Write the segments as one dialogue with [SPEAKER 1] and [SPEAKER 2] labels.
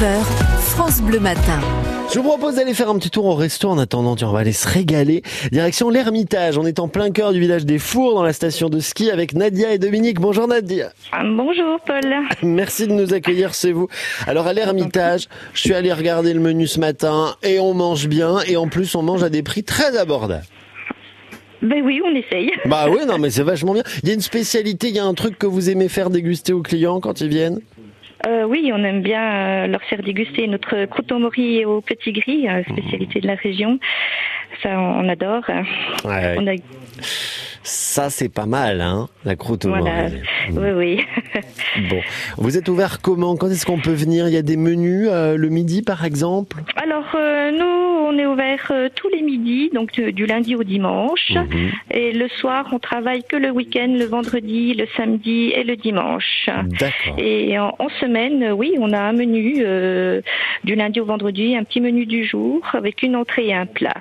[SPEAKER 1] 9h, France Bleu Matin.
[SPEAKER 2] Je vous propose d'aller faire un petit tour au resto en attendant. Tiens, on va aller se régaler. Direction l'Ermitage. On est en plein cœur du village des Fours dans la station de ski avec Nadia et Dominique. Bonjour Nadia.
[SPEAKER 3] Ah, Bonjour Paul.
[SPEAKER 2] Merci de nous accueillir chez vous. Alors à l'Ermitage, je suis allé regarder le menu ce matin et on mange bien et en plus on mange à des prix très abordables.
[SPEAKER 3] Ben oui, on essaye.
[SPEAKER 2] Bah oui, non mais c'est vachement bien. Il y a une spécialité, il y a un truc que vous aimez faire déguster aux clients quand ils viennent
[SPEAKER 3] Euh, oui, on aime bien euh, leur faire déguster notre crouton mori au petit gris, euh, spécialité de la région. Ça, on adore.
[SPEAKER 2] Ouais,
[SPEAKER 3] On a...
[SPEAKER 2] ça c'est pas mal, hein, la croûte au
[SPEAKER 3] Voilà.
[SPEAKER 2] morille.
[SPEAKER 3] Oui, oui.
[SPEAKER 2] Bon, vous êtes ouvert comment Quand est-ce qu'on peut venir Il y a des menus euh, le midi par exemple
[SPEAKER 3] Alors, euh, nous, on est ouvert euh, tous les midis, donc du, du lundi au dimanche. Et le soir, on travaille que le week-end, le vendredi, le samedi et le dimanche.
[SPEAKER 2] D'accord.
[SPEAKER 3] Et en, en semaine, euh, oui, on a un menu euh, du lundi au vendredi, un petit menu du jour avec une entrée et un plat.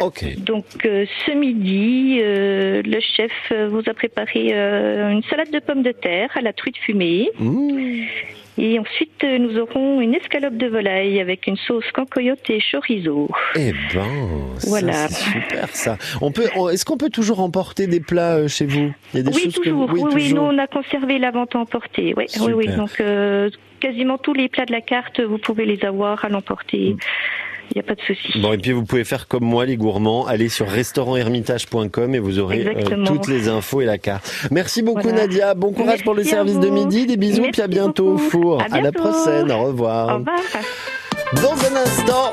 [SPEAKER 2] Ok.
[SPEAKER 3] Donc euh, ce midi, euh, le chef euh, vous a préparé euh, une salade de pommes de terre à la truite fumée.
[SPEAKER 2] Mmh.
[SPEAKER 3] Et ensuite, euh, nous aurons une escalope de volaille avec une sauce cancoyote et chorizo.
[SPEAKER 2] Eh ben, ça,
[SPEAKER 3] Voilà.
[SPEAKER 2] c'est super ça. On peut, on- est-ce qu'on peut toujours emporter des plats euh, chez vous Il y a des
[SPEAKER 3] oui,
[SPEAKER 2] choses que
[SPEAKER 3] toujours.
[SPEAKER 2] vous-
[SPEAKER 3] oui, oui,
[SPEAKER 2] toujours.
[SPEAKER 3] nous, on a conservé la vente à emporter. Oui, oui, oui.
[SPEAKER 2] Super.
[SPEAKER 3] Donc euh, quasiment tous les plats de la carte, vous pouvez les avoir à l'emporter. Il n'y a pas de souci.
[SPEAKER 2] Mm. Bon, et puis vous pouvez faire comme moi, les gourmands, aller sur restaurantermitage.com et vous aurez euh,
[SPEAKER 3] Exactement.
[SPEAKER 2] toutes les infos et la carte. Merci beaucoup
[SPEAKER 3] Voilà.
[SPEAKER 2] Nadia, bon courage pour le
[SPEAKER 3] Merci à
[SPEAKER 2] service de
[SPEAKER 3] vous.
[SPEAKER 2] midi, des bisous,
[SPEAKER 3] Merci
[SPEAKER 2] puis à bientôt au
[SPEAKER 3] beaucoup.
[SPEAKER 2] four.
[SPEAKER 3] À
[SPEAKER 2] la
[SPEAKER 3] bientôt.
[SPEAKER 2] prochaine, au
[SPEAKER 3] Au
[SPEAKER 2] revoir.
[SPEAKER 3] revoir.
[SPEAKER 2] Dans un instant,